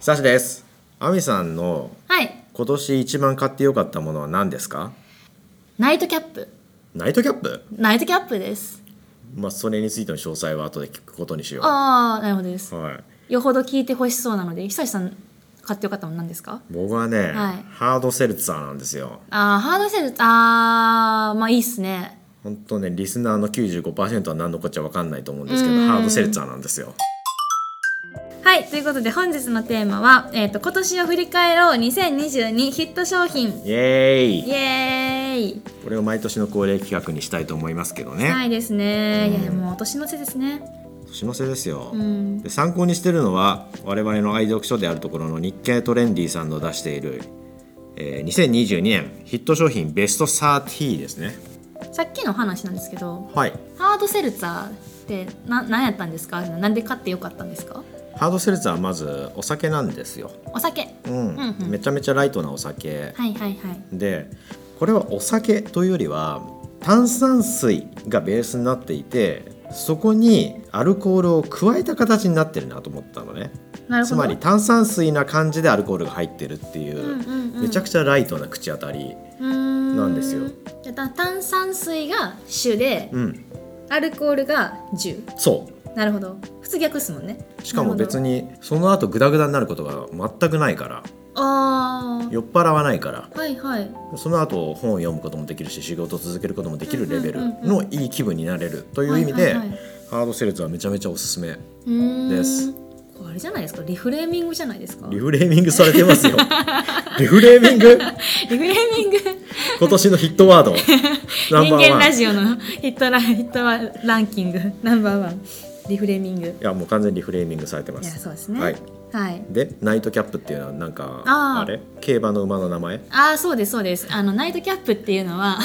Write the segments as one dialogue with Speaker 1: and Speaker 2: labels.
Speaker 1: サシですアミさんの
Speaker 2: はい
Speaker 1: 今年一番買ってよかったものは何ですか
Speaker 2: ナイトキャップ
Speaker 1: ナイトキャップ
Speaker 2: ナイトキャップです
Speaker 1: まあそれについての詳細は後で聞くことにしよう
Speaker 2: ああなるほどです
Speaker 1: はい
Speaker 2: よほど聞いてほしそうなので久志さん買ってよかったもんなんですか
Speaker 1: 僕はね、
Speaker 2: はい
Speaker 1: ハードセルツァーなんですよ
Speaker 2: ああハードセルああまあいいっすね
Speaker 1: 本当ねリスナーの95%は何のこっちゃ分かんないと思うんですけど
Speaker 2: うん
Speaker 1: ハードセルツァーなんですよ
Speaker 2: はいということで本日のテーマは、えー、と今年を振り返ろう2022ヒット商品
Speaker 1: イエーイ
Speaker 2: イエーイ
Speaker 1: これを毎年の恒例企画にしたいと思いますけどね、
Speaker 2: ないですねいや
Speaker 1: うん
Speaker 2: もう年の瀬ですね
Speaker 1: 年の瀬ですよ、
Speaker 2: うん
Speaker 1: で参考にしてるのは我々の愛読書であるところの日経トレンディさんの出している、えー2022年ヒット商品ベスト30ですね
Speaker 2: さっきの話なんですけど
Speaker 1: はい
Speaker 2: ハードセルツァーってな何やったんですかなんで買ってよかったんですか
Speaker 1: ハードセルツァーはまずお酒なんですよ、
Speaker 2: お酒
Speaker 1: うん
Speaker 2: うんうん
Speaker 1: めちゃめちゃライトなお酒、
Speaker 2: はいはいはい
Speaker 1: でこれはお酒というよりは炭酸水がベースになっていてそこにアルコールを加えた形になってるなと思ったのね
Speaker 2: なる
Speaker 1: つ
Speaker 2: ほど
Speaker 1: まり炭酸水な感じでアルコールが入ってるっていう,、
Speaker 2: うんうんうん
Speaker 1: めちゃくちゃライトな口当たりな
Speaker 2: なん
Speaker 1: ですよ
Speaker 2: じゃあ炭酸水が主で、
Speaker 1: うん
Speaker 2: アルコールが10
Speaker 1: そ
Speaker 2: なるほど普通逆っすもんね
Speaker 1: うしかも別
Speaker 2: に
Speaker 1: にその後グダグダになることが全くないから
Speaker 2: あー
Speaker 1: 酔っ払わないから
Speaker 2: はいはい
Speaker 1: その後本を読むこともできるし仕事を続けることもできるレベル
Speaker 2: うんうんうん
Speaker 1: のいい気分になれるという意味で、
Speaker 2: はいはいはい
Speaker 1: ハードセルツはめちゃめちゃおすすめ
Speaker 2: うーん
Speaker 1: です
Speaker 2: これあれじゃないですかリフレーミングじゃないですか
Speaker 1: リフレーミングされてま すよリフレーミン
Speaker 2: リ
Speaker 1: グ
Speaker 2: フレーミング
Speaker 1: 今年のヒットワード ナン
Speaker 2: 人
Speaker 1: バー
Speaker 2: 間
Speaker 1: ワン
Speaker 2: ラ
Speaker 1: い
Speaker 2: ジオの ヒットラヒットワランキングナンバーワンリフレーミング
Speaker 1: やもう完全にリフレーミングされてま
Speaker 2: いや
Speaker 1: す
Speaker 2: そうですね
Speaker 1: はい、
Speaker 2: はい
Speaker 1: でナイトキャップっていうのはなんか
Speaker 2: あー
Speaker 1: あれ競馬の馬の名前
Speaker 2: ああそうですそうですあのナイトキャップっていうの は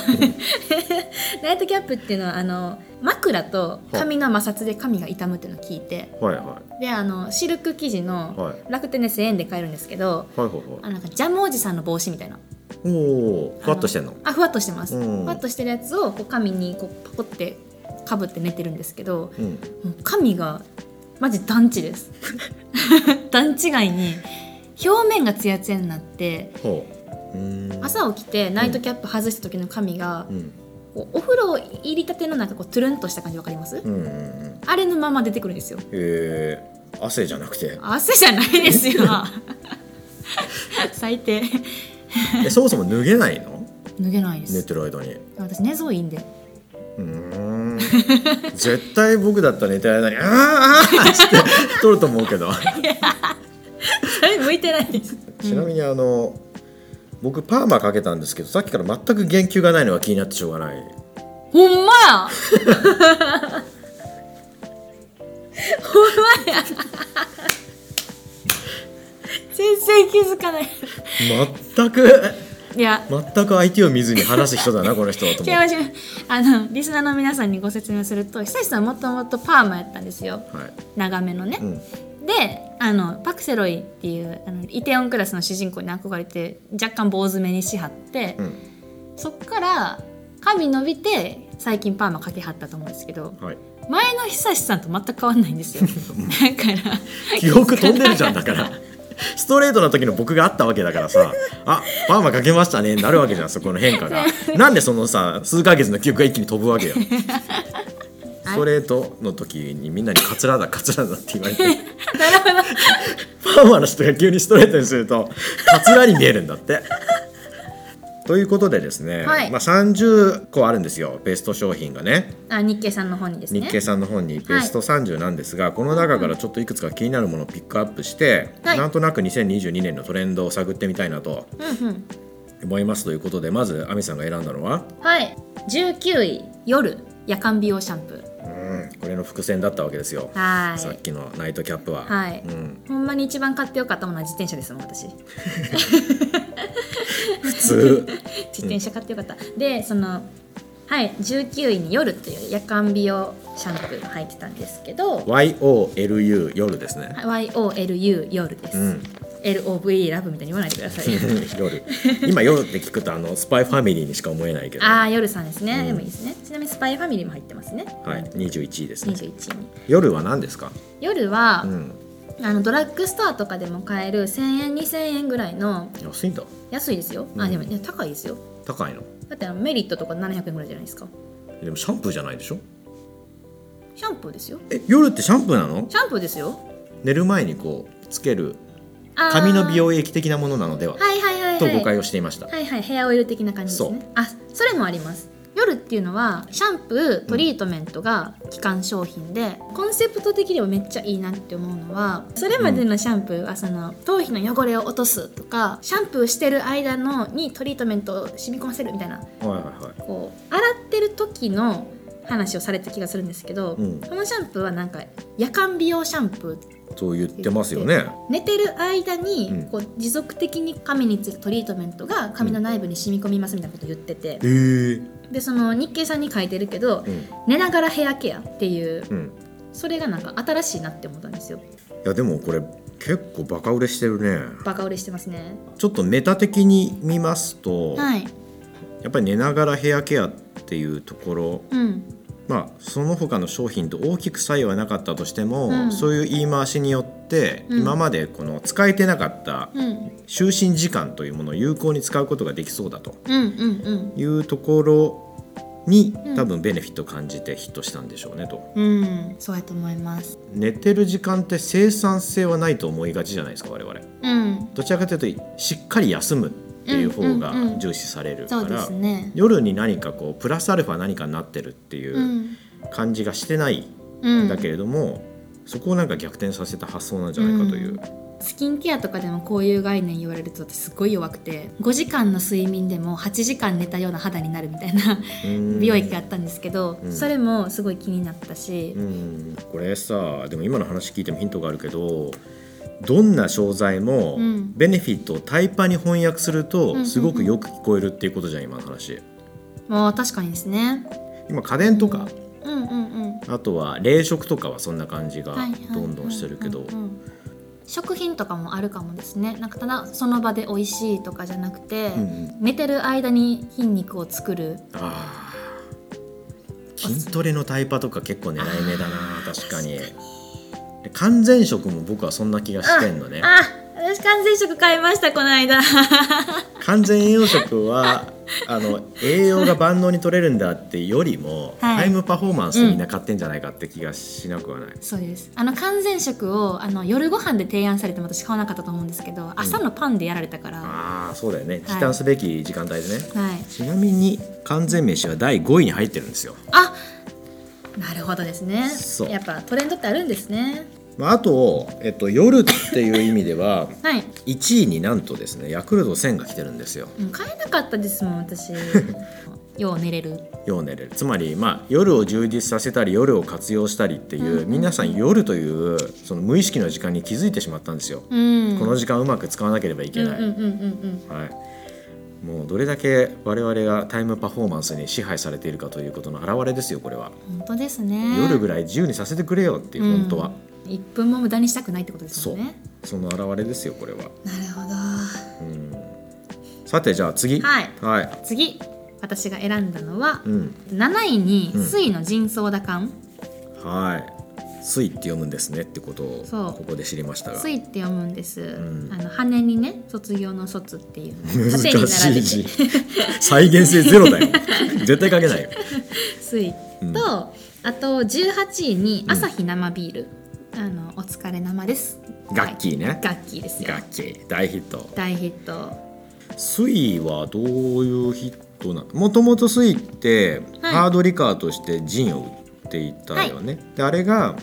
Speaker 2: ナイトキャップっていうのはあの枕と髪の摩擦で髪が傷むっていうのを聞いて
Speaker 1: はいはい
Speaker 2: であのシルク生地
Speaker 1: は
Speaker 2: の
Speaker 1: い
Speaker 2: 楽天で1000円で買えるんですけど
Speaker 1: はいはいはい
Speaker 2: あのなんかジャムおじさんの帽子みたいな
Speaker 1: おおふわっとしてんの
Speaker 2: あふわっとしてます、
Speaker 1: うん
Speaker 2: ふわっとしてるやつをこう髪にこうパコってかぶって寝てるんですけど
Speaker 1: うん
Speaker 2: もう髪がマジ団地です 段違いに表面がツヤツヤになって
Speaker 1: ほううーん
Speaker 2: 朝起きてナイトキャップ外した時の髪が
Speaker 1: うん
Speaker 2: こうお風呂入りたてのなんかこうトゥルンとした感じわかります、
Speaker 1: うんうんうん
Speaker 2: あれのまま出てくるんですよ
Speaker 1: えー、汗じゃなくて
Speaker 2: 汗じゃないですよ最低
Speaker 1: えそもそも脱げないの
Speaker 2: 脱げないで
Speaker 1: 寝
Speaker 2: す
Speaker 1: てる間に
Speaker 2: 私寝相いいんで
Speaker 1: うーん 絶対僕だったら寝てる間に「あーあー」って 取ると思うけど
Speaker 2: それ向いてないです
Speaker 1: ちなみにあの僕パーマかけたんですけどさっきから全く言及がないのが気になってしょうがない
Speaker 2: ほんまやほんまや全然気づかない
Speaker 1: 全く
Speaker 2: いや
Speaker 1: 全く相手を見ずに話す人だなこの人はと
Speaker 2: 違
Speaker 1: 思
Speaker 2: い
Speaker 1: って、
Speaker 2: ます違いますあのリスナーの皆さんにご説明すると久志さんもともとパーマやったんですよ
Speaker 1: はい
Speaker 2: 長めのね、
Speaker 1: うん、
Speaker 2: であのパク・セロイっていうあのイテオンクラスの主人公に憧れて若干坊主めにしはって、
Speaker 1: うん
Speaker 2: そっから髪伸びて最近パーマかけはったと思うんですけど
Speaker 1: はい、
Speaker 2: 前の久志さんと全く変わんないんですよだから
Speaker 1: 記憶飛んでるじゃんだからストレートな時の僕があったわけだからさ「あパーマかけましたね」なるわけじゃんそこの変化がなんでそのさ数ヶ月の記憶が一気に飛ぶわけ よストレートの時にみんなに「カツラだカツラだ」って言わ れてパーマの人が急にストレートにするとカツラに見えるんだって。ということでですね、
Speaker 2: はい
Speaker 1: まあ、30個あるんですよベスト商品がね
Speaker 2: あ日経さんの方にですね
Speaker 1: 日経さんの本にベスト30なんですが、この中からちょっといくつか気になるものをピックアップして、
Speaker 2: はい
Speaker 1: なんとなく2022年のトレンドを探ってみたいなと
Speaker 2: うんうん
Speaker 1: 思いますということでまず亜美さんが選んだのは、
Speaker 2: はい19位夜夜間美容シャンプー
Speaker 1: うん、これの伏線だったわけですよ、
Speaker 2: は
Speaker 1: さっ
Speaker 2: い
Speaker 1: きのナイトキャップは。
Speaker 2: はい
Speaker 1: うん、
Speaker 2: ほんまに一番買ってよかったものは自転車ですもん私
Speaker 1: 普通
Speaker 2: 自転車買ってよかった、でそのはい19位に「夜」という夜間美容シャンプーが入ってたんですけど
Speaker 1: YOLU 夜ですね、
Speaker 2: YOLU 夜です、
Speaker 1: うん
Speaker 2: LOVE ラブみたいに言わないで ください
Speaker 1: 夜今夜って聞くとあのスパイファミリーにしか思えないけど、
Speaker 2: あ
Speaker 1: は
Speaker 2: あ夜さんですね、
Speaker 1: うん
Speaker 2: でもいいですねちなみにスパイファミリーも入ってますね
Speaker 1: い、21位ですね
Speaker 2: 21位に
Speaker 1: 夜は何ですか、
Speaker 2: 夜は、
Speaker 1: うん、
Speaker 2: あのドラッグストアとかでも買える1000円2000円ぐらいの
Speaker 1: 安いんだ
Speaker 2: 安いですよ、
Speaker 1: う
Speaker 2: あ
Speaker 1: ん
Speaker 2: でも、ね、高いですよ
Speaker 1: 高いの
Speaker 2: だってあのメリットとか700円ぐらいじゃないですか
Speaker 1: でもシャンプーじゃないでしょ
Speaker 2: シャンプーですよ
Speaker 1: え夜ってシャンプーなの
Speaker 2: シャンプーですよ
Speaker 1: 寝る前にこうつける
Speaker 2: あー
Speaker 1: 髪の美容液的なものなのでは
Speaker 2: はいはいはいはい
Speaker 1: と誤解をしていました、
Speaker 2: はいはいヘアオイル的な感じですねあそれもあります夜っていうのはシャンプートリートメントが基幹商品で、コンセプト的にもめっちゃいいなって思うのはそれまでのシャンプーはその頭皮の汚れを落とすとかシャンプーしてる間のにトリートメントを染み込ませるみたいな
Speaker 1: はいはいはい
Speaker 2: こう洗ってる時の話をされた気がするんですけど、
Speaker 1: うん
Speaker 2: このシャンプーはなんか夜間美容シャンプーって
Speaker 1: そう言ってますよね
Speaker 2: 寝てる間に、
Speaker 1: うん
Speaker 2: こう持続的に髪についたトリートメントが髪の内部に染み込みますみたいなこと言ってて
Speaker 1: え、ー、
Speaker 2: でその日経さんに書いてるけど、
Speaker 1: うん
Speaker 2: 寝ながらヘアケアっていう
Speaker 1: うん
Speaker 2: それがなんか新しいなって思ったんですよ
Speaker 1: いやでもこれ結構バカ売れしてるね
Speaker 2: バカ売れしてますね
Speaker 1: ちょっとメタ的に見ますと、
Speaker 2: はい
Speaker 1: やっぱり寝ながらヘアケアっていうところ
Speaker 2: うん
Speaker 1: まあその他の商品と大きく差異はなかったとしても、
Speaker 2: うん
Speaker 1: そういう言い回しによって、
Speaker 2: うん
Speaker 1: 今までこの使えてなかった
Speaker 2: うん
Speaker 1: 就寝時間というものを有効に使うことができそうだと
Speaker 2: うんうんうん
Speaker 1: いうところに
Speaker 2: うん
Speaker 1: 多分ベネフィットを感じてヒットしたんでしょうねと、
Speaker 2: うんそうやと思います
Speaker 1: 寝てる時間って生産性はないと思いがちじゃないですか我々
Speaker 2: うん
Speaker 1: どちらかというとしっかり休むっていう方が
Speaker 2: うんうんうん
Speaker 1: 重視されるか
Speaker 2: そうで
Speaker 1: ら
Speaker 2: すね
Speaker 1: 夜に何かこうプラスアルファ何かになってるっていううん感じがしてない
Speaker 2: うんん
Speaker 1: だけれども、そこをなんか逆転させた発想なんじゃないかという、
Speaker 2: うんスキンケアとかでもこういう概念言われると私すごい弱くて5時間の睡眠でも8時間寝たような肌になるみたいな
Speaker 1: うん
Speaker 2: 美容液があったんですけど、
Speaker 1: うん
Speaker 2: それもすごい気になったし
Speaker 1: う、んこれさでも今の話聞いてもヒントがあるけどどんな商材も
Speaker 2: うん
Speaker 1: ベネフィットをタイパに翻訳する
Speaker 2: うん
Speaker 1: とすごくよく聞こえるっていうことじゃん今の話
Speaker 2: もう確かにですね
Speaker 1: 今家電とか
Speaker 2: うんうんうん
Speaker 1: あとは冷食とかはそんな感じが
Speaker 2: はいはい
Speaker 1: どんどんしてるけ
Speaker 2: う
Speaker 1: ど
Speaker 2: んうんうん食品とかもあるかもですねなんかただその場で美味しいとかじゃなくて、
Speaker 1: うんうん
Speaker 2: 寝てる間に筋肉を作る
Speaker 1: あー筋トレのタイパとか結構狙い目だな確かにで完全食も僕はそんな気がしてんのね
Speaker 2: あ私完全食買いましたこの間
Speaker 1: 完全栄養食はあの栄養が万能に取れるんだってよりも、
Speaker 2: はい
Speaker 1: タイムパフォーマンスみんな買ってんじゃないかって気がしなくはない、
Speaker 2: そうですあの完全食をあの夜ご飯で提案されても私買わなかったと思うんですけど朝のパンでやられたから、は
Speaker 1: ああそうだよね時短すべき時間帯でね、
Speaker 2: い
Speaker 1: ちなみに完全飯は第5位に入ってるんですよ、
Speaker 2: あなるほどですね
Speaker 1: そう
Speaker 2: やっぱトレンドってあるんですね
Speaker 1: まあ、あと、えっと、夜っていう意味では
Speaker 2: はい
Speaker 1: 1位になんとですねヤクルト1000が来てるんですよ
Speaker 2: うん買えなかったですもん私 よう寝れる
Speaker 1: よう寝れるつまり、まあ、夜を充実させたり夜を活用したりっていう、皆さん夜というその無意識の時間に気づいてしまったんですよ、
Speaker 2: うん
Speaker 1: この時間うまく使わなければいけない、
Speaker 2: うんうんうんうん
Speaker 1: はい、もうどれだけ我々がタイムパフォーマンスに支配されているかということの表れですよこれは、
Speaker 2: うん本当ですね
Speaker 1: 夜ぐ
Speaker 2: らい
Speaker 1: らい自由にさせてくれよっていう、本当は
Speaker 2: 1分も無駄にしたくないってことですよね
Speaker 1: その表れですよこれは、
Speaker 2: なるほど
Speaker 1: うん、さてじゃあ次
Speaker 2: はい
Speaker 1: はい
Speaker 2: 次私が選んだのは、
Speaker 1: うん
Speaker 2: 7位に
Speaker 1: うん
Speaker 2: 水の人相打感、
Speaker 1: はい「水」って読むんですねってことを
Speaker 2: そう
Speaker 1: ここで知りましたが
Speaker 2: 水って読むんです、
Speaker 1: ん
Speaker 2: あの羽にね卒業の卒っていうのを
Speaker 1: 難
Speaker 2: 縦に
Speaker 1: し
Speaker 2: 並べ
Speaker 1: い
Speaker 2: て
Speaker 1: 字再現性 ゼロだよ絶対書けないよ
Speaker 2: 水
Speaker 1: うん
Speaker 2: と、あと18位に朝日生ビール、あのお疲れ生です
Speaker 1: ガッキーね
Speaker 2: はいガッキーですよ
Speaker 1: ガッキー大ヒット
Speaker 2: 大ヒット
Speaker 1: 水はどういうヒットなのもともと水って
Speaker 2: はい
Speaker 1: ハードリカーとしてジンを売っていたよね、であれが、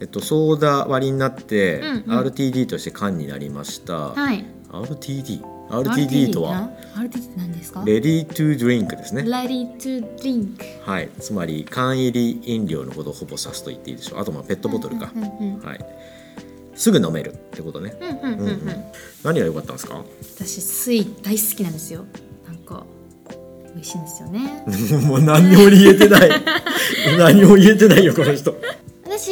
Speaker 1: えっと、ソーダ割りになって、
Speaker 2: うんうん
Speaker 1: RTD として缶になりました、
Speaker 2: はい
Speaker 1: RTD RTD とは
Speaker 2: RTD って何ですか
Speaker 1: レディートゥードリンクですね、
Speaker 2: Ready to drink
Speaker 1: はい、つまり缶入り飲料のことをほぼ指すと言っていいでしょうあとまあペットボトルか
Speaker 2: う、んうん
Speaker 1: はい、すぐ飲めるってことね
Speaker 2: うんうんうんうんうん
Speaker 1: 何が良かったんですか
Speaker 2: 私水大好きなんですよなんか美味しいんですよね
Speaker 1: もう何も言え てない何も言えてないよこの人
Speaker 2: 私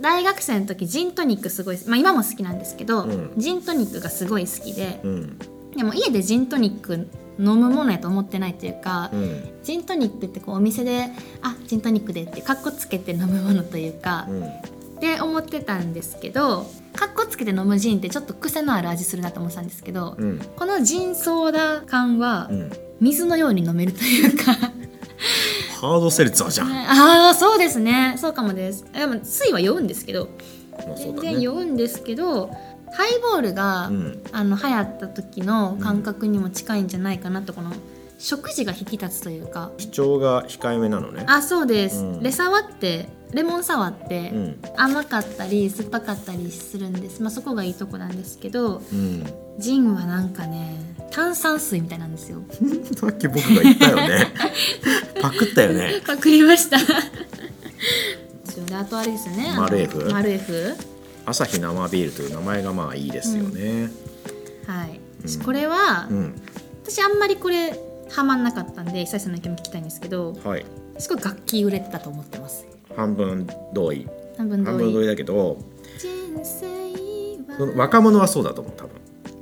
Speaker 2: 大学生の時ジントニックすごい、まあ、今も好きなんですけど、
Speaker 1: うん
Speaker 2: ジントニックがすごい好きで
Speaker 1: う、ん
Speaker 2: でも家でジントニック飲むものやと思ってないというか、
Speaker 1: うん
Speaker 2: ジントニックってこうお店で「あジントニックで」ってカッコつけて飲むものというか
Speaker 1: う、ん
Speaker 2: って思ってたんですけどかっこつけて飲むジンってちょっと癖のある味するなと思ってたんですけど、
Speaker 1: うん
Speaker 2: このジンソーダ缶は
Speaker 1: うん
Speaker 2: 水のように飲めるという か、
Speaker 1: ハードセルツァーじゃん、ま
Speaker 2: ああそうですねそうかもですでも水は酔うんですけど
Speaker 1: あ、そう
Speaker 2: 全
Speaker 1: だ
Speaker 2: 然
Speaker 1: ね
Speaker 2: 酔うんですけど、ハイボールが、
Speaker 1: うん
Speaker 2: あの流行った時の感覚にも近いんじゃないかなと、この食事が引き立つというか
Speaker 1: 主張が控えめなのね
Speaker 2: あそうです、
Speaker 1: うん
Speaker 2: レサワってレモンサワーって、
Speaker 1: うん
Speaker 2: 甘かったり酸っぱかったりするんです、まあ、そこがいいとこなんですけど
Speaker 1: うん、
Speaker 2: ジンはなんかね炭酸水みたいなんですよ
Speaker 1: さっき僕が言ったよねパクったよね
Speaker 2: パクりましたそうであとあれですよねあの
Speaker 1: マルエフ
Speaker 2: マルエフ
Speaker 1: 朝日生ビールという名前がまあいいですよね
Speaker 2: はい、
Speaker 1: うん
Speaker 2: これは、
Speaker 1: うん、
Speaker 2: 私あんまりこれハマんなかったんで久々の意見も聞きたいんですけど
Speaker 1: はい
Speaker 2: すごい楽器売れてたと思ってます
Speaker 1: 半分同意
Speaker 2: 半分
Speaker 1: 半
Speaker 2: 同
Speaker 1: 分同
Speaker 2: 意
Speaker 1: 意だけど
Speaker 2: 人生
Speaker 1: その
Speaker 2: は
Speaker 1: 若者はそうだと思う多分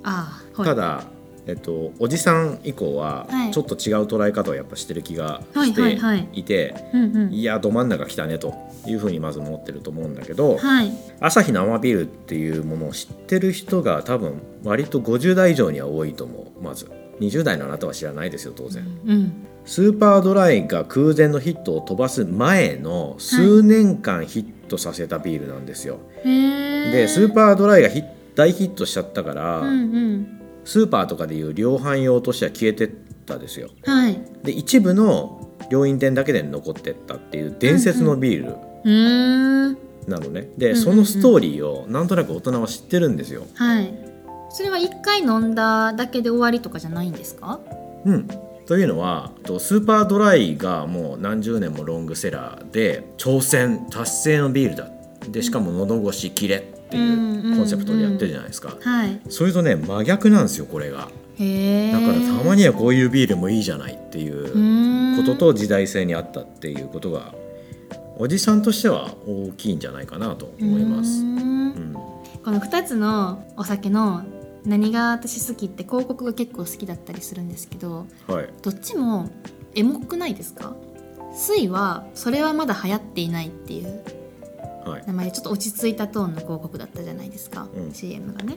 Speaker 2: ああ、はい、
Speaker 1: ただえっと、おじさん以降は
Speaker 2: はい
Speaker 1: ちょっと違う捉え方をやっぱしてる気が
Speaker 2: はい
Speaker 1: し
Speaker 2: はい
Speaker 1: て
Speaker 2: はい
Speaker 1: いて、
Speaker 2: うんうん
Speaker 1: いやど真ん中来たねというふうにまず思ってると思うんだけど、
Speaker 2: はい
Speaker 1: 朝日生ビールっていうものを知ってる人が多分割と50代以上には多いと思うまず20代のあなたは知らないですよ当然、
Speaker 2: うん
Speaker 1: スーパードライが空前のヒットを飛ばす前の数年間ヒットさせたビールなんですよ、
Speaker 2: へえ
Speaker 1: でスーパードライがヒッ大ヒットしちゃったから、
Speaker 2: うんうん
Speaker 1: スーパーとかでいう量販用としては消えてったんですよ
Speaker 2: はいへ
Speaker 1: で一部の料飲店だけで残ってったっていう伝説のビール
Speaker 2: え
Speaker 1: なのね、
Speaker 2: うん
Speaker 1: で
Speaker 2: うん
Speaker 1: そのストーリーをなんとなく大人は知ってるんですよ
Speaker 2: はいそれは一回飲んだだけで終わりとかじゃないんですか
Speaker 1: うん、というのはとスーパードライがもう何十年もロングセラーで挑戦達成のビールだでしかも喉越しキレっていうコンセプトでやってるじゃないですか、
Speaker 2: はい
Speaker 1: それとね真逆なんですよこれが
Speaker 2: へえ
Speaker 1: だからたまにはこういうビールもいいじゃないっていうう
Speaker 2: ーん
Speaker 1: ことと時代性にあったっていうことがおじさんとしては大きいんじゃないかなと思います
Speaker 2: うー。ん
Speaker 1: うん
Speaker 2: この2つのお酒の何が私好きって広告が結構好きだったりするんですけど
Speaker 1: はい、
Speaker 2: どっちもエモくないですか水はそれはまだ流行っていないっていう
Speaker 1: はい
Speaker 2: 名前でちょっと落ち着いたトーンの広告だったじゃないですか、
Speaker 1: うん
Speaker 2: CM がね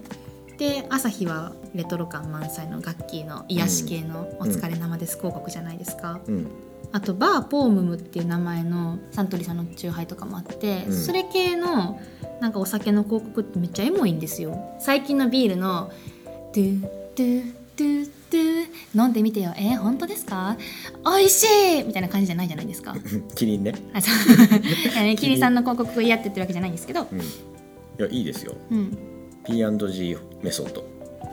Speaker 2: で朝日はレトロ感満載のガッキーの癒し系のお疲れ生です広告じゃないですか、
Speaker 1: うん
Speaker 2: あとバーポームムっていう名前のサントリーさんのチューハイとかもあって、
Speaker 1: うん
Speaker 2: それ系のなんかお酒の広告ってめっちゃエモいんですよ最近のビールの「ドゥドゥドゥドゥ飲んでみてよえー、本当ですか美味しい!」みたいな感じじゃないじゃないですか
Speaker 1: キリンね、
Speaker 2: あ そうねキリンさんの広告を嫌って言ってるわけじゃないんですけど
Speaker 1: うん、いやいいですよ
Speaker 2: うん
Speaker 1: P&G メソッド、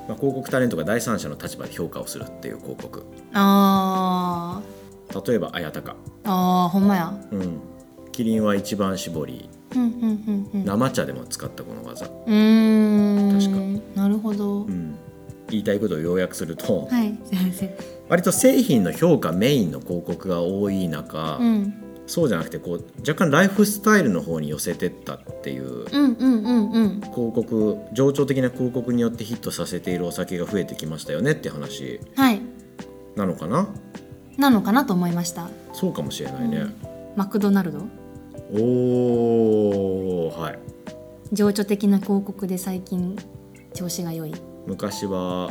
Speaker 1: まあ、広告タレントが第三者の立場で評価をするっていう広告
Speaker 2: あー
Speaker 1: 例えば綾鷹、
Speaker 2: あーほんまや
Speaker 1: うん、キリンは一番搾り
Speaker 2: うんうんうんうん
Speaker 1: 生茶でも使ったこの技、
Speaker 2: うーん
Speaker 1: 確
Speaker 2: なるほど、
Speaker 1: うん、言いたいことを要約すると、
Speaker 2: はいすいません
Speaker 1: 割と製品の評価メインの広告が多い中、
Speaker 2: うん
Speaker 1: そうじゃなくてこう若干ライフスタイルの方に寄せてったっていう
Speaker 2: うんうんうんうん
Speaker 1: 広告情緒的な広告によってヒットさせているお酒が増えてきましたよねって話
Speaker 2: はい
Speaker 1: なのかな
Speaker 2: なのかなと思いました
Speaker 1: そうかもしれないね、
Speaker 2: マクドナルド
Speaker 1: おーはい
Speaker 2: 情緒的な広告で最近調子が良い
Speaker 1: 昔は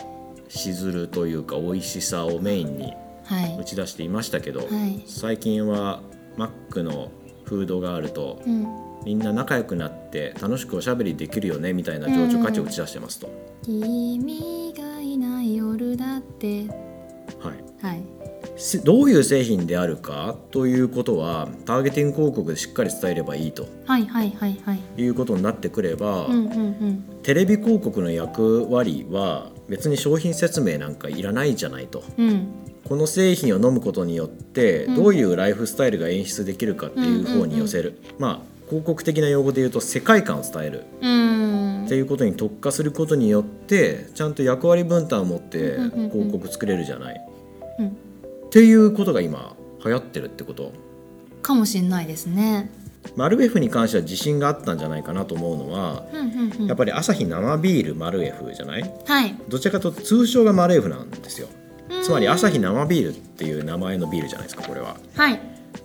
Speaker 1: しずるというか美味しさをメインに
Speaker 2: はい
Speaker 1: 打ち出していましたけど、
Speaker 2: はい
Speaker 1: 最近はマックのフードがあると
Speaker 2: うん
Speaker 1: みんな仲良くなって楽しくおしゃべりできるよねみたいな情緒価値を打ち出してますと、
Speaker 2: 君がいない夜だって
Speaker 1: はい、
Speaker 2: はい
Speaker 1: せどういう製品であるかということはターゲティング広告でしっかり伝えればいいと
Speaker 2: はいはいはいはい
Speaker 1: いうことになってくれば、
Speaker 2: うんうんうん
Speaker 1: テレビ広告の役割は別に商品説明なんかいらないじゃないと。
Speaker 2: うん
Speaker 1: この製品を飲むことによって
Speaker 2: うん
Speaker 1: どういうライフスタイルが演出できるかっていう方に寄せる、まあ広告的な用語で言うと世界観を伝える
Speaker 2: うーん
Speaker 1: っていうことに特化することによってちゃんと役割分担を持って
Speaker 2: うんうんうん
Speaker 1: 広告作れるじゃない、
Speaker 2: うん
Speaker 1: っていうことが今流行ってるってこと
Speaker 2: かもしれないですね
Speaker 1: マルエフに関しては自信があったんじゃないかなと思うのは
Speaker 2: うんうんうん
Speaker 1: やっぱり朝日生ビールマルエフじゃない
Speaker 2: はい
Speaker 1: どちらかというと通称がマルエフなんですよ
Speaker 2: うん
Speaker 1: つまり朝日生ビールっていう名前のビールじゃないですかこれは
Speaker 2: はい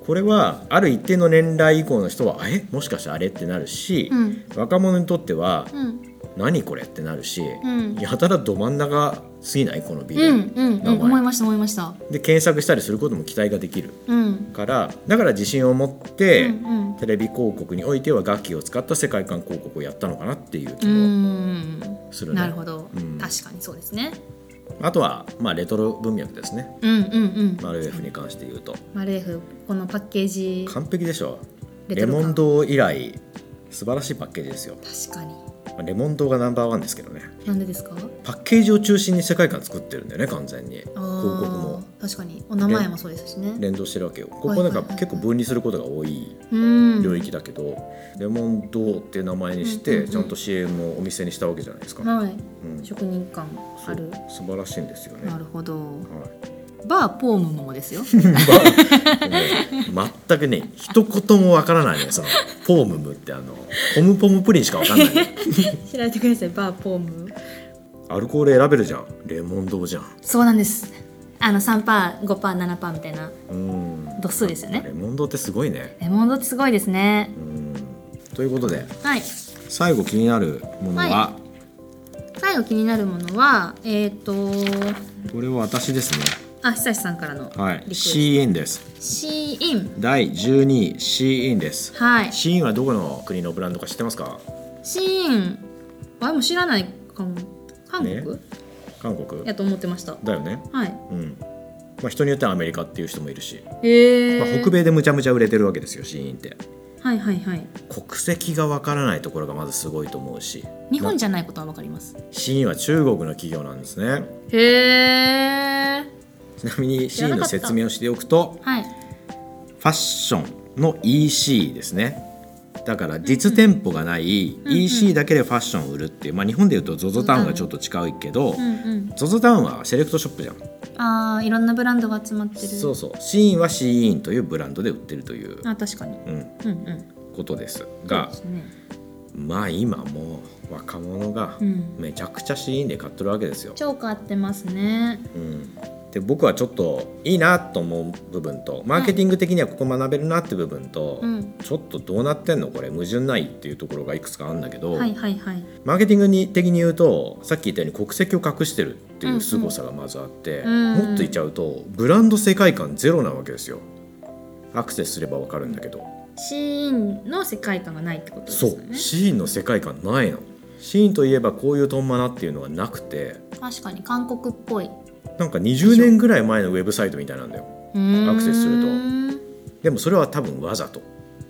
Speaker 1: これはある一定の年代以降の人は「えもしかしてあれ?」ってなるし、
Speaker 2: うん
Speaker 1: 若者にとっては
Speaker 2: うん
Speaker 1: 「何これ?」ってなるし、
Speaker 2: うん
Speaker 1: やたらど真ん中すぎないこのビ
Speaker 2: う
Speaker 1: ール、
Speaker 2: んうんうん
Speaker 1: 名前
Speaker 2: 思いました思いました
Speaker 1: で検索したりすることも期待ができる
Speaker 2: うん
Speaker 1: からだから自信を持って、
Speaker 2: うんうん
Speaker 1: テレビ広告においては楽器を使った世界観広告をやったのかなっていう気
Speaker 2: う
Speaker 1: も
Speaker 2: ん
Speaker 1: するね、
Speaker 2: なるほど
Speaker 1: うん
Speaker 2: 確かにそうですね
Speaker 1: あとは、まあ、レトロ文脈ですね
Speaker 2: うんうんうん
Speaker 1: マルエフに関して言うと
Speaker 2: マレーフこのパッケージ
Speaker 1: 完璧でしょ
Speaker 2: レ
Speaker 1: レ
Speaker 2: トロ感
Speaker 1: モン堂以来素晴らしいパッケージですよ
Speaker 2: 確かに
Speaker 1: まあレモン堂がナンバーワンですけどね
Speaker 2: なんでですか
Speaker 1: パッケージを中心に世界観作ってるんだよね完全に広告
Speaker 2: あ
Speaker 1: も
Speaker 2: あ確かにお名前もそうですしね
Speaker 1: 連動してるわけよここなんか
Speaker 2: はいはいはい
Speaker 1: 結構分離することが多い
Speaker 2: うん
Speaker 1: 領域だけど、レモン堂っていう名前に
Speaker 2: う
Speaker 1: し
Speaker 2: んうん
Speaker 1: て
Speaker 2: うん
Speaker 1: ちゃんと CM をお店にしたわけじゃないですか、
Speaker 2: はい
Speaker 1: うん
Speaker 2: 職人感
Speaker 1: そ
Speaker 2: ある
Speaker 1: う素晴らしいんですよね、
Speaker 2: な
Speaker 1: は
Speaker 2: るほどバーポームもですよ
Speaker 1: い、もうね 全くね一言もわからないねそのポームムってあのポムポムプリンしかわかんない、 ね、
Speaker 2: 調べてくださいバーポーム
Speaker 1: アルコール選べるじゃんレモン堂じゃん
Speaker 2: そうなんですあの3パー5パー7パーみたいな
Speaker 1: うん
Speaker 2: 度数ですよね
Speaker 1: レモン堂ってすごいね
Speaker 2: レモンドってすごいですね
Speaker 1: うんということで
Speaker 2: はい
Speaker 1: 最後気になるものは、
Speaker 2: は最後気になるものはえっ、と
Speaker 1: これは私ですね
Speaker 2: あ久志さんからのリク
Speaker 1: は
Speaker 2: エ
Speaker 1: い
Speaker 2: スト
Speaker 1: C インです
Speaker 2: 「シーイン
Speaker 1: 第12位 C インです」
Speaker 2: はい
Speaker 1: シーインはどこの国のブランドか知ってますか
Speaker 2: 「シーイン」あもう知らないかも韓国、
Speaker 1: 韓国
Speaker 2: やと思ってました
Speaker 1: だよね
Speaker 2: はい
Speaker 1: うんまあ人によってはアメリカっていう人もいるし、
Speaker 2: えー
Speaker 1: まあ、北米でむちゃむちゃ売れてるわけですよシーインって
Speaker 2: はいはいはい
Speaker 1: 国籍がわからないところがまずすごいと思うし
Speaker 2: 日本じゃないことはわかります
Speaker 1: シーインは中国の企業なんですね
Speaker 2: へえ
Speaker 1: ちなみに
Speaker 2: 知
Speaker 1: シー
Speaker 2: ら
Speaker 1: イン
Speaker 2: なか
Speaker 1: の
Speaker 2: った
Speaker 1: 説明をしておくと
Speaker 2: はい
Speaker 1: ファッションの EC ですねだから実店舗がない
Speaker 2: うんうん
Speaker 1: EC だけでファッションを売るっていう、まあ、日本でいうと ZOZO タウンがちょっと近いけ
Speaker 2: う
Speaker 1: ど
Speaker 2: ん
Speaker 1: ZOZO タウンはセレクトショップじゃん
Speaker 2: うんあーいろんなブランドが集まってる
Speaker 1: そうそうシーインはシーインというブランドで売ってるという、
Speaker 2: あ確かに
Speaker 1: うん、
Speaker 2: うんうん
Speaker 1: ことです
Speaker 2: そう
Speaker 1: が
Speaker 2: ですね
Speaker 1: まあ今もう若者が
Speaker 2: うん
Speaker 1: めちゃくちゃシーインで買ってるわけですよ、
Speaker 2: 超変わってますね
Speaker 1: うん、で僕はちょっといいなと思う部分とマーケティング的にはここ学べるなって部分と、
Speaker 2: うん
Speaker 1: ちょっとどうなってんのこれ矛盾ないっていうところがいくつかあるんだけど、
Speaker 2: はいはいはい
Speaker 1: マーケティングに的に言うとさっき言ったように国籍を隠してるってい
Speaker 2: んう
Speaker 1: うん凄さがまずあって、
Speaker 2: うん
Speaker 1: もっと言っちゃうとブランド世界観ゼロなわけですよアクセスすればわかるんだけど、
Speaker 2: シーインの世界観がないってことです
Speaker 1: そ
Speaker 2: よね
Speaker 1: うシーンの世界観ないのシーンといえばこういうトンマナっていうのがなくて
Speaker 2: 確かに韓国っぽい
Speaker 1: なんか20年ぐらい前のウェブサイトみたいなんだよ
Speaker 2: ア
Speaker 1: アクセスすると
Speaker 2: うん
Speaker 1: でもそれは多分わざと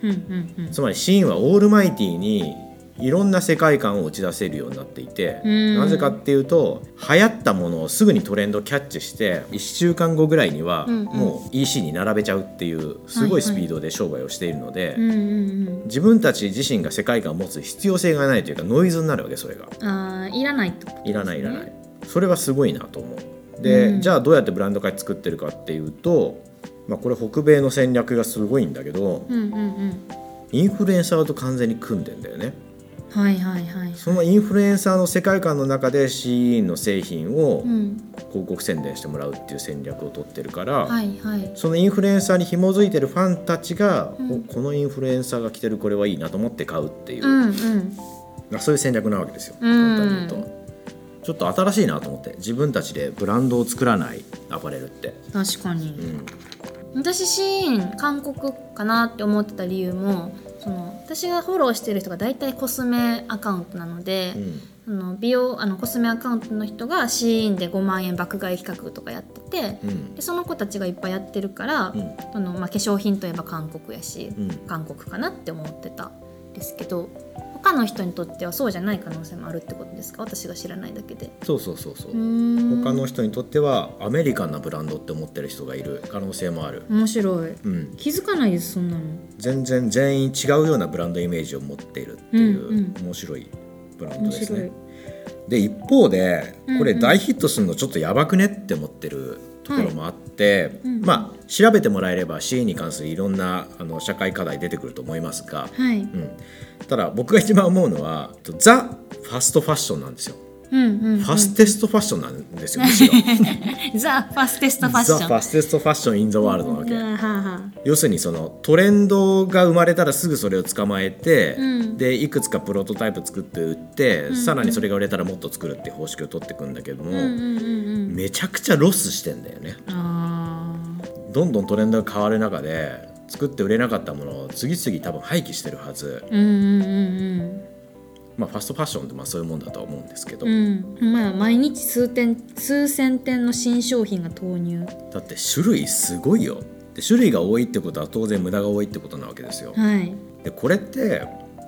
Speaker 2: うんうん
Speaker 1: つまりシーンはオールマイティにいろんな世界観を打ち出せるようになっていて
Speaker 2: うん
Speaker 1: なぜかっていうと流行ったものをすぐにトレンドキャッチして1週間後ぐらいには
Speaker 2: うんうん
Speaker 1: もう EC に並べちゃうっていうすごいスピードで商売をしているので
Speaker 2: うんうんうん
Speaker 1: 自分たち自身が世界観を持つ必要性がないというかノイズになるわけそれが。
Speaker 2: あーいらないってことですね
Speaker 1: いらないいらないそれはすごいなと思うで、
Speaker 2: うん
Speaker 1: じゃあどうやってブランド化作ってるかっていうと、まあ、これ北米の戦略がすごいんだけど
Speaker 2: うんうんうん
Speaker 1: インフルエンサーと完全に組んでんだよね
Speaker 2: はいはいはい
Speaker 1: そのインフルエンサーの世界観の中で CE の製品を
Speaker 2: うん
Speaker 1: 広告宣伝してもらうっていう戦略を取ってるから、
Speaker 2: はいはい
Speaker 1: そのインフルエンサーに紐づいてるファンたちが、
Speaker 2: うん
Speaker 1: おこのインフルエンサーが着てるこれはいいなと思って買うっていう、
Speaker 2: うんうん
Speaker 1: まあそういう戦略なわけですよ、
Speaker 2: うん
Speaker 1: 簡単に言うと。ちょっと新しいなと思って自分たちでブランドを作らないアパレルって、
Speaker 2: 確かに
Speaker 1: うん
Speaker 2: 私シーン韓国かなって思ってた理由もその私がフォローしてる人が大体コスメアカウントなので、
Speaker 1: うん
Speaker 2: あの美容あのコスメアカウントの人がシーンで5万円爆買い企画とかやってて、
Speaker 1: うん
Speaker 2: でその子たちがいっぱいやってるから、
Speaker 1: うん
Speaker 2: あのまあ、化粧品といえば韓国やし、
Speaker 1: うん
Speaker 2: 韓国かなって思ってたんですけど他の人にとってはそうじゃない可能性もあるってことですか私が知らないだけで。
Speaker 1: そうそうそうそう、他
Speaker 2: 他
Speaker 1: の人にとってはアメリカンなブランドって思ってる人がいる可能性もある、
Speaker 2: 面白い
Speaker 1: うん、
Speaker 2: 気づかないですそんなの。
Speaker 1: 全然全員違うようなブランドイメージを持っているっていう、
Speaker 2: うん
Speaker 1: 面白いブランド
Speaker 2: 面
Speaker 1: です
Speaker 2: 白い
Speaker 1: ね。で一方で
Speaker 2: うんうん
Speaker 1: これ大ヒットするのちょっとやばくねって思ってるところもあって、
Speaker 2: うん
Speaker 1: まあ調べてもらえれば CE に関するいろんなあの社会課題出てくると思いますが、
Speaker 2: はい。
Speaker 1: うん、ただ僕が一番思うのはザ・ファストファッションなんですよ。
Speaker 2: ううんうん、うん、
Speaker 1: ファステストファッションなんですよ むしろ
Speaker 2: ザ・ファステストファッシ
Speaker 1: ザ・
Speaker 2: ョン
Speaker 1: ファステストファッション・イン・ザ・ワールドなわけ、
Speaker 2: うんはあはあ
Speaker 1: 要するにそのトレンドが生まれたらすぐそれを捕まえて、
Speaker 2: うん
Speaker 1: でいくつかプロトタイプ作って売って、
Speaker 2: うん
Speaker 1: さらにそれが売れたらもっと作るっていう方式を取っていくんだけども、
Speaker 2: うんうんうんうん
Speaker 1: めちゃくちゃロスしてんだよね
Speaker 2: あー
Speaker 1: どんどんトレンドが変わる中で作って売れなかったものを次々多分廃棄してるはず、
Speaker 2: うんうんうん
Speaker 1: まあ、ファストファッションってまあそういうもんだとは思うんですけど、
Speaker 2: うんうんまあ毎日数点数千点の新商品が投入
Speaker 1: だって種類すごいよで種類が多いってことは当然無駄が多いってことなわけですよ、
Speaker 2: はい
Speaker 1: でこれって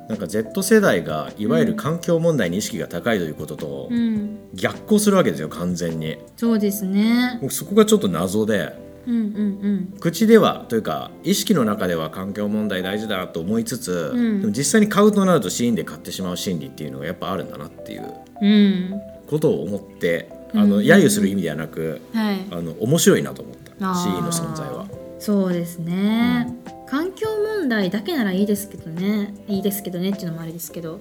Speaker 1: なんか Z 世代がいわゆる環境問題に意識が高いということと
Speaker 2: うん
Speaker 1: 逆行するわけですよ完全に
Speaker 2: そうですね
Speaker 1: 僕そこがちょっと謎で
Speaker 2: うんうん
Speaker 1: 口ではというか意識の中では環境問題大事だと思いつつ、
Speaker 2: うん
Speaker 1: でも実際に買うとなるとシーンで買ってしまう心理っていうのがやっぱあるんだなっていう
Speaker 2: うんうん
Speaker 1: ことを思ってあ
Speaker 2: う
Speaker 1: の
Speaker 2: ん
Speaker 1: 揶揄する意味ではなく
Speaker 2: はい
Speaker 1: あの面白いなと思った
Speaker 2: あー
Speaker 1: CE の存在は。
Speaker 2: そうですね、環境問題だけならいいですけどねいいですけどねっていうのもあれですけど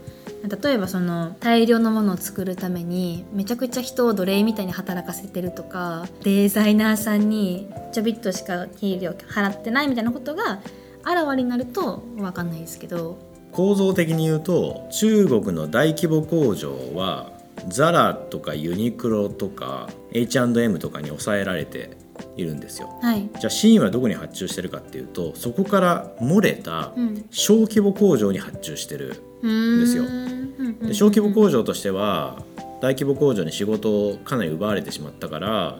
Speaker 2: 例えばその大量のものを作るためにめちゃくちゃ人を奴隷みたいに働かせてるとかデザイナーさんにちょびっとしか給料払ってないみたいなことがあらわになると分かんないですけど
Speaker 1: 構造的に言うと中国の大規模工場はザラとかユニクロとか H&M とかに抑えられているんですよ
Speaker 2: はい
Speaker 1: じゃあシーンはどこに発注してるかっていうとそこから漏れた
Speaker 2: うん
Speaker 1: 小規模工場に発注してる
Speaker 2: うーん
Speaker 1: ですよ
Speaker 2: うん
Speaker 1: で小規模工場としては大規模工場に仕事をかなり奪われてしまったから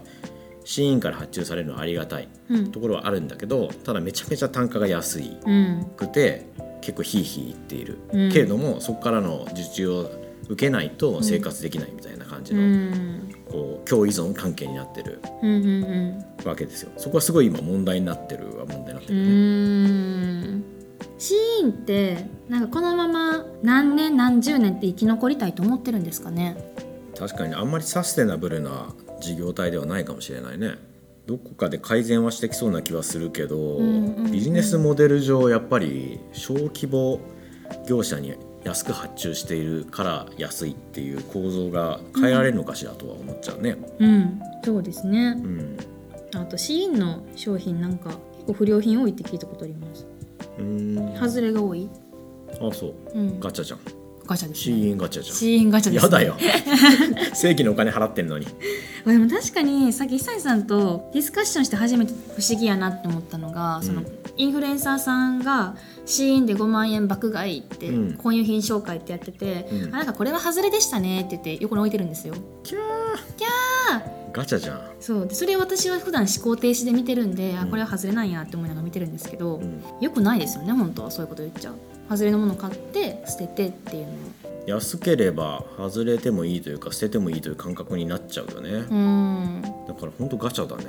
Speaker 1: シーンから発注されるのはありがたい
Speaker 2: うん
Speaker 1: ところはあるんだけどただめちゃめちゃ単価が安い
Speaker 2: うん
Speaker 1: くて結構ヒーヒー言っている、
Speaker 2: うん
Speaker 1: けれどもそこからの受注を受けないと生活できないみたいな感じ
Speaker 2: うんう
Speaker 1: の、
Speaker 2: ん
Speaker 1: こう強依存関係になってる
Speaker 2: うんうん
Speaker 1: わけですよそこはすごい今問題になってるは問題になって
Speaker 2: う
Speaker 1: るね、
Speaker 2: ーんシーンってなんかこのまま何年何十年って生き残りたいと思ってるんですかね
Speaker 1: 確かにあんまりサステナブルな事業体ではないかもしれないねどこかで改善はしてきそうな気はするけど、
Speaker 2: うんうんうん
Speaker 1: ビジネスモデル上やっぱり小規模業者に安く発注しているから安いっていう構造が変えられるのかしらとは思っちゃうね。
Speaker 2: うんそうですね
Speaker 1: うん
Speaker 2: あとシーンの商品なんか結構不良品多いって聞いたことあります
Speaker 1: うん
Speaker 2: 外れが多い、
Speaker 1: あそう
Speaker 2: うん、
Speaker 1: ガチャじゃん
Speaker 2: ガチャです
Speaker 1: シ
Speaker 2: ね
Speaker 1: ーンガチャじゃん
Speaker 2: シーンガチャです、
Speaker 1: やだよ 正規のお金払ってんのに
Speaker 2: まあでも確かにさっき久井さんとディスカッションして初めて不思議やなって思ったのが、その
Speaker 1: うん
Speaker 2: インフルエンサーさんがシーンで5万円爆買いって
Speaker 1: うん
Speaker 2: 購入品紹介ってやってて、
Speaker 1: うん
Speaker 2: あなんかこれは外れでしたねって言って横に置いてるんですよ。
Speaker 1: キャーキ
Speaker 2: ャ
Speaker 1: ーガチャじゃん、
Speaker 2: そうでそれを私は普段思考停止で見てるんで、あ
Speaker 1: うん
Speaker 2: これは外れなんやって思いながら見てるんですけど、
Speaker 1: うん、
Speaker 2: よくないですよね本当はそういうこと言っちゃう。外れのものを買って捨ててっていうの
Speaker 1: 安ければ外れてもいいというか捨ててもいいという感覚になっちゃうよね、
Speaker 2: うん
Speaker 1: だからほんとガチャだね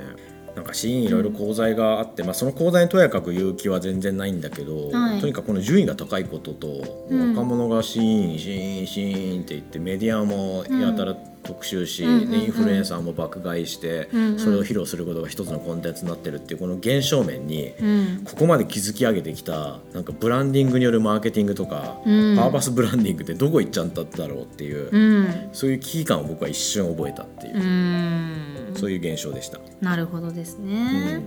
Speaker 1: なんかシーンいろいろ功罪があって、まあ、その功罪にとやかく言う気は全然ないんだけど、
Speaker 2: はい
Speaker 1: とにかくこの順位が高いことと、
Speaker 2: うん
Speaker 1: 若者がシーンシーンシーンって言ってメディアもやたら特集し、
Speaker 2: うん
Speaker 1: で
Speaker 2: うんうん
Speaker 1: インフルエンサーも爆買いして、
Speaker 2: うんうん
Speaker 1: それを披露することが一つのコンテンツになってるっていうこの現象面に、
Speaker 2: うん
Speaker 1: ここまで築き上げてきたなんかブランディングによるマーケティングとか、
Speaker 2: うん
Speaker 1: パーパスブランディングってどこ行っちゃったんだろうっていう、
Speaker 2: うん
Speaker 1: そういう危機感を僕は一瞬覚えたっていう
Speaker 2: う、ん
Speaker 1: そういう現象でした。
Speaker 2: なるほどですね。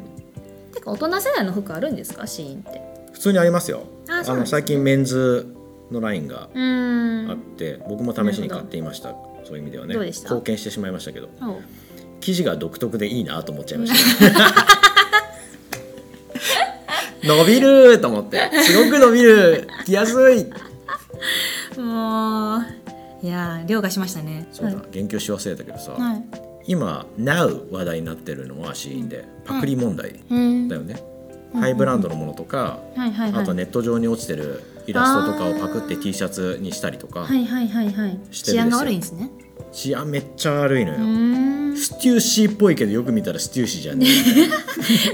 Speaker 2: てか大人世代の服あるんですかシーンって
Speaker 1: 普通にありますよ
Speaker 2: あそうなんですね
Speaker 1: の最近メンズのラインが
Speaker 2: うーん
Speaker 1: あって、僕も試しに買っていましたそういう意味ではね
Speaker 2: どうでした
Speaker 1: 貢献してしまいましたけど
Speaker 2: そう
Speaker 1: 生地が独特でいいなと思っちゃいました、 伸びると思ってすごく伸びる着やすい
Speaker 2: もういやー凌駕しましたね
Speaker 1: そうだ、
Speaker 2: はい
Speaker 1: 言及し忘れたけどさ、
Speaker 2: はい
Speaker 1: 今 Now 話題になってるのはシーンでパクリ問題
Speaker 2: うん
Speaker 1: だよね、ハイブランドのものとか、
Speaker 2: はいはいはい
Speaker 1: あとネット上に落ちてるイラストとかをパクって T シャツにしたりとか、
Speaker 2: はいはいはいはい
Speaker 1: してるんですよ
Speaker 2: 治安が悪いんですね
Speaker 1: 治安めっちゃ悪いのよ、
Speaker 2: う ーん
Speaker 1: ステューシーっぽいけどよく見たらステューシーじゃね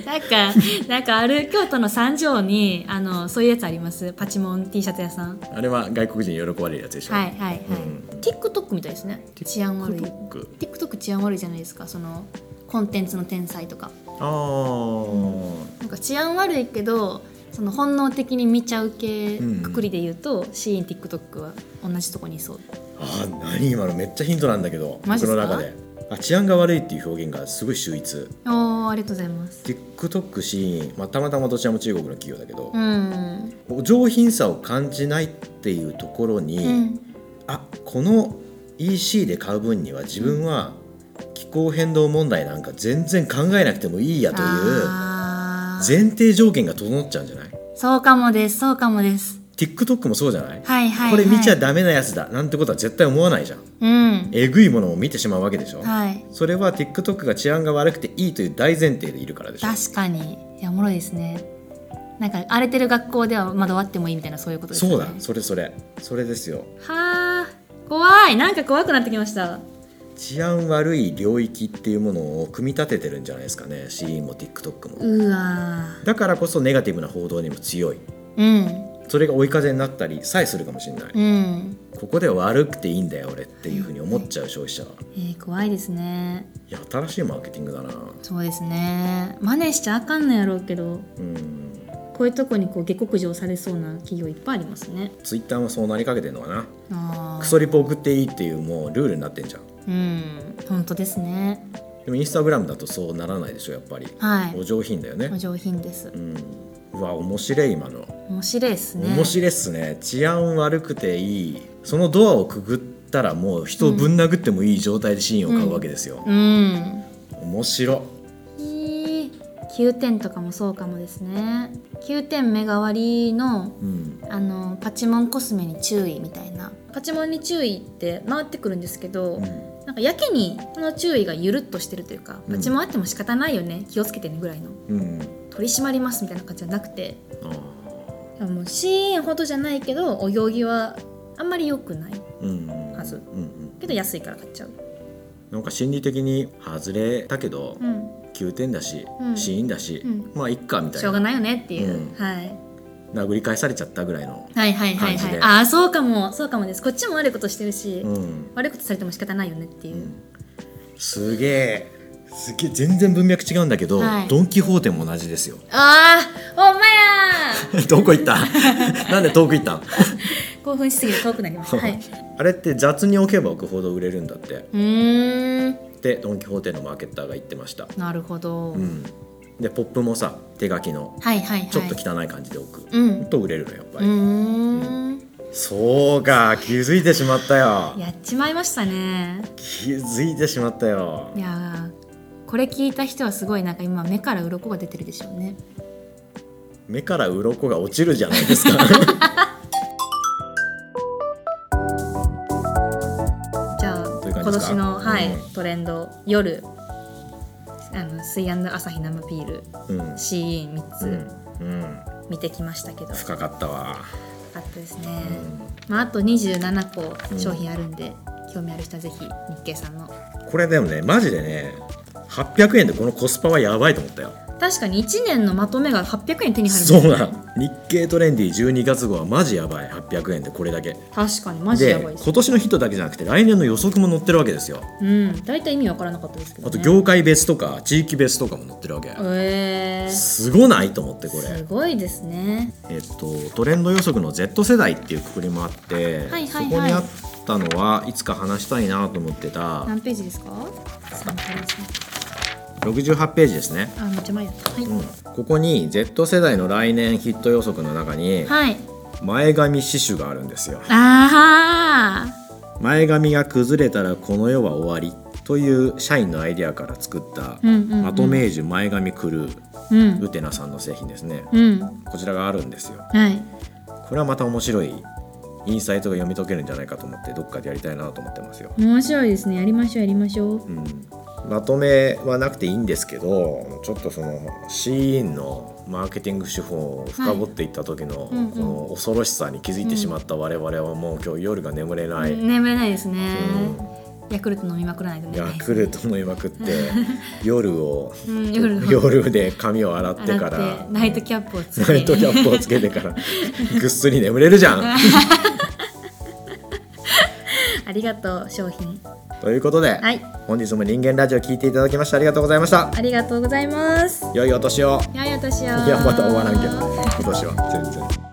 Speaker 2: なんかなんかある京都の三条にあのそういうやつありますパチモン T シャツ屋さんは
Speaker 1: え あれは外国人に喜ばれるやつでしょ、
Speaker 2: いはいはい、
Speaker 1: うん
Speaker 2: TikTok みたいですね治安悪い
Speaker 1: TikTok
Speaker 2: TikTok 治安悪いじゃないですかそのコンテンツの天才とか
Speaker 1: あー
Speaker 2: なんか治安悪いけどその本能的に見ちゃう系
Speaker 1: うんうん
Speaker 2: くくりで言うと、シーン TikTok は同じとこにいそう
Speaker 1: あー何今のめっちゃヒントなんだけど
Speaker 2: マジっ
Speaker 1: 僕
Speaker 2: す
Speaker 1: の
Speaker 2: か
Speaker 1: 中であ治安が悪いっていう表現がすごい秀逸
Speaker 2: おーありがとうございます
Speaker 1: TikTok シーン、まあ、たまたまどちらも中国の企業だけど
Speaker 2: う、ん
Speaker 1: お上品さを感じないっていうところに、
Speaker 2: うん
Speaker 1: あこの EC で買う分には自分は気候変動問題なんか全然考えなくてもいいやという
Speaker 2: あー
Speaker 1: 前提条件が整っちゃうんじゃない
Speaker 2: そうかもですそうかもです
Speaker 1: TikTok もそうじゃな
Speaker 2: はい
Speaker 1: い、
Speaker 2: はい、はい、
Speaker 1: これ見ちゃダメなやつだなんてことは絶対思わないじゃん
Speaker 2: うん
Speaker 1: えぐいものを見てしまうわけでしょ、
Speaker 2: はい
Speaker 1: それは TikTok が治安が悪くていいという大前提でいるからでしょ
Speaker 2: 確かにいやおもろいですねなんか荒れてる学校では窓割ってもいいみたいなそういうことですよ
Speaker 1: そう
Speaker 2: ね
Speaker 1: だそれそれそれですよ
Speaker 2: はあ怖いなんか怖くなってきました
Speaker 1: 治安悪い領域っていうものを組み立ててるんじゃないですかね CE も TikTok も
Speaker 2: うわ
Speaker 1: だからこそネガティブな報道にも強い
Speaker 2: うん
Speaker 1: それが追い風になったりさえするかもしれない、
Speaker 2: うん、
Speaker 1: ここで悪くていいんだよ俺っていうふうに思っちゃう消費者は
Speaker 2: えー、怖いですね
Speaker 1: いや新しいマーケティングだな
Speaker 2: そうですね真似しちゃあかんのやろうけど
Speaker 1: うん
Speaker 2: こういうとこにこう下克上されそうな企業いっぱいありますね
Speaker 1: ツイッターもそうなりかけてるのかな
Speaker 2: あー
Speaker 1: クソリポ送っていいっていうもうルールになってんじゃん
Speaker 2: うん本当ですね
Speaker 1: でもインスタグラムだとそうならないでしょやっぱり、
Speaker 2: はい
Speaker 1: お上品だよね
Speaker 2: お上品です
Speaker 1: うんうわ面白い今の
Speaker 2: 面白いですね
Speaker 1: 面白いっすね治安悪くていいそのドアをくぐったらもう人をぶん殴ってもいい状態でシーンを買うわけですよ、
Speaker 2: うん
Speaker 1: 面白
Speaker 2: いい9点とかもそうかもですね9点目代わりの
Speaker 1: うん
Speaker 2: あのパチモンコスメに注意みたいなパチモンに注意って回ってくるんですけど、
Speaker 1: うん
Speaker 2: なんかやけにその注意がゆるっとしてるというか
Speaker 1: うん
Speaker 2: パチモンあっても仕方ないよね気をつけてねぐらいの
Speaker 1: うん
Speaker 2: 取り締まりますみたいな感じじゃなくて
Speaker 1: あ
Speaker 2: もうシーンほどじゃないけどお行儀はあんまり良くない
Speaker 1: ーうん
Speaker 2: はず
Speaker 1: うんうん、
Speaker 2: けど安いから買っちゃう
Speaker 1: なんか心理的に外れたけど、
Speaker 2: うん
Speaker 1: 9点だし、
Speaker 2: うん
Speaker 1: シーンだし、
Speaker 2: うん
Speaker 1: まあいっかみたい
Speaker 2: しょ
Speaker 1: な
Speaker 2: うがないよねっていう、
Speaker 1: うん
Speaker 2: はい
Speaker 1: 殴り返されちゃったぐらいの、
Speaker 2: はいはいはい
Speaker 1: 感
Speaker 2: は
Speaker 1: じ
Speaker 2: い
Speaker 1: で
Speaker 2: ああそうかもそうかもですこっちも悪いことしてるし、
Speaker 1: うん
Speaker 2: 悪いことされても仕方ないよねっていう、
Speaker 1: すげえすげえ全然文脈違うんだけど、
Speaker 2: はい
Speaker 1: ドン・キホーテも同じですよ
Speaker 2: ああほんまやー
Speaker 1: どこ行った なんで遠く行ったん
Speaker 2: 興奮しすぎて遠くなりましたはい
Speaker 1: あれって雑に置けば置くほど売れるんだって
Speaker 2: うーん
Speaker 1: でドン・キホーテのマーケッターが言ってました、
Speaker 2: なるほど、
Speaker 1: うん、でポップもさ手書きの
Speaker 2: はいはいはい
Speaker 1: ちょっと汚い感じで置く、
Speaker 2: うんう
Speaker 1: と売れるのやっぱり、
Speaker 2: ーん
Speaker 1: そうか気づいてしまったよ
Speaker 2: やっちまいましたね
Speaker 1: 気づいてしまったよ
Speaker 2: いやーこれ聞いた人はすごいなんか今目から鱗が出てるでしょうね
Speaker 1: 目から鱗が落ちるじゃないです か
Speaker 2: じゃあ
Speaker 1: とい
Speaker 2: 今
Speaker 1: う感じですか
Speaker 2: 年の、はい
Speaker 1: うん
Speaker 2: トレンド夜あのスイアンド朝日生ビール
Speaker 1: うん、う
Speaker 2: CE3 つ、
Speaker 1: んうん、
Speaker 2: 見てきましたけど、
Speaker 1: 深かったわ、
Speaker 2: あったですね、
Speaker 1: うん
Speaker 2: まあ、あと27個商品あるんで、興味ある人はぜひ日経さんの
Speaker 1: これでもねマジでね800円でこのコスパはやばいと思ったよ
Speaker 2: 確かに1年のまとめが800円手に入る
Speaker 1: そうなん日経トレンディ12月号はマジやばい800円でこれだけ
Speaker 2: 確かにマジやばい
Speaker 1: で
Speaker 2: です
Speaker 1: 今年のヒットだけじゃなくて来年の予測も載ってるわけですよ
Speaker 2: うん大体意味わからなかったですけど、
Speaker 1: あと
Speaker 2: ね、
Speaker 1: 業界別とか地域別とかも載ってるわけ、
Speaker 2: えー、
Speaker 1: すごないと思ってこ
Speaker 2: す
Speaker 1: れ、
Speaker 2: ごいですね
Speaker 1: えっと、トレンド予測の Z 世代っていうくくりもあって、
Speaker 2: はいはい
Speaker 1: そこにあったのはいつか話したいなと思ってた
Speaker 2: 何ページですか三ページ
Speaker 1: 68ページですね、
Speaker 2: あめっちゃ前だったはい、
Speaker 1: うん、ここに Z 世代の来年ヒット予測の中に
Speaker 2: はい
Speaker 1: 前髪刺繍があるんですよ
Speaker 2: ああ
Speaker 1: 前髪が崩れたらこの世は終わりという社員のアイデアから作った
Speaker 2: うんうんうん
Speaker 1: アトメージュ前髪クルー
Speaker 2: うん
Speaker 1: ウテナさんの製品ですね
Speaker 2: うん
Speaker 1: こちらがあるんですよ
Speaker 2: はい
Speaker 1: これはまた面白いインサイトが読み解けるんじゃないかと思ってどっかでやりたいなと思ってますよ、
Speaker 2: 面白いですねやりましょうやりましょう
Speaker 1: うん、まとめはなくていいんですけどちょっとその CE のマーケティング手法を深掘っていった時のこ
Speaker 2: うんうん
Speaker 1: の恐ろしさに気づいてしまった我々はもう今日夜が眠れない、
Speaker 2: 眠れないですね、
Speaker 1: うん
Speaker 2: ヤクルト飲みまくらないとね
Speaker 1: ヤクルト飲みまくって 夜を
Speaker 2: うん夜を
Speaker 1: 夜で髪を洗って
Speaker 2: 洗
Speaker 1: か
Speaker 2: っ
Speaker 1: ら
Speaker 2: てナイトキャップをつけて
Speaker 1: ナイトキャップをつけてからぐっすり眠れるじゃ ん
Speaker 2: ありがとう商品
Speaker 1: ということで、
Speaker 2: はい
Speaker 1: 本日も人間ラジオ聞いていただきましてありがとうございました
Speaker 2: ありがとうございます
Speaker 1: 良いお年を
Speaker 2: いやいや私はい
Speaker 1: やまた終わらんけど今年は全然。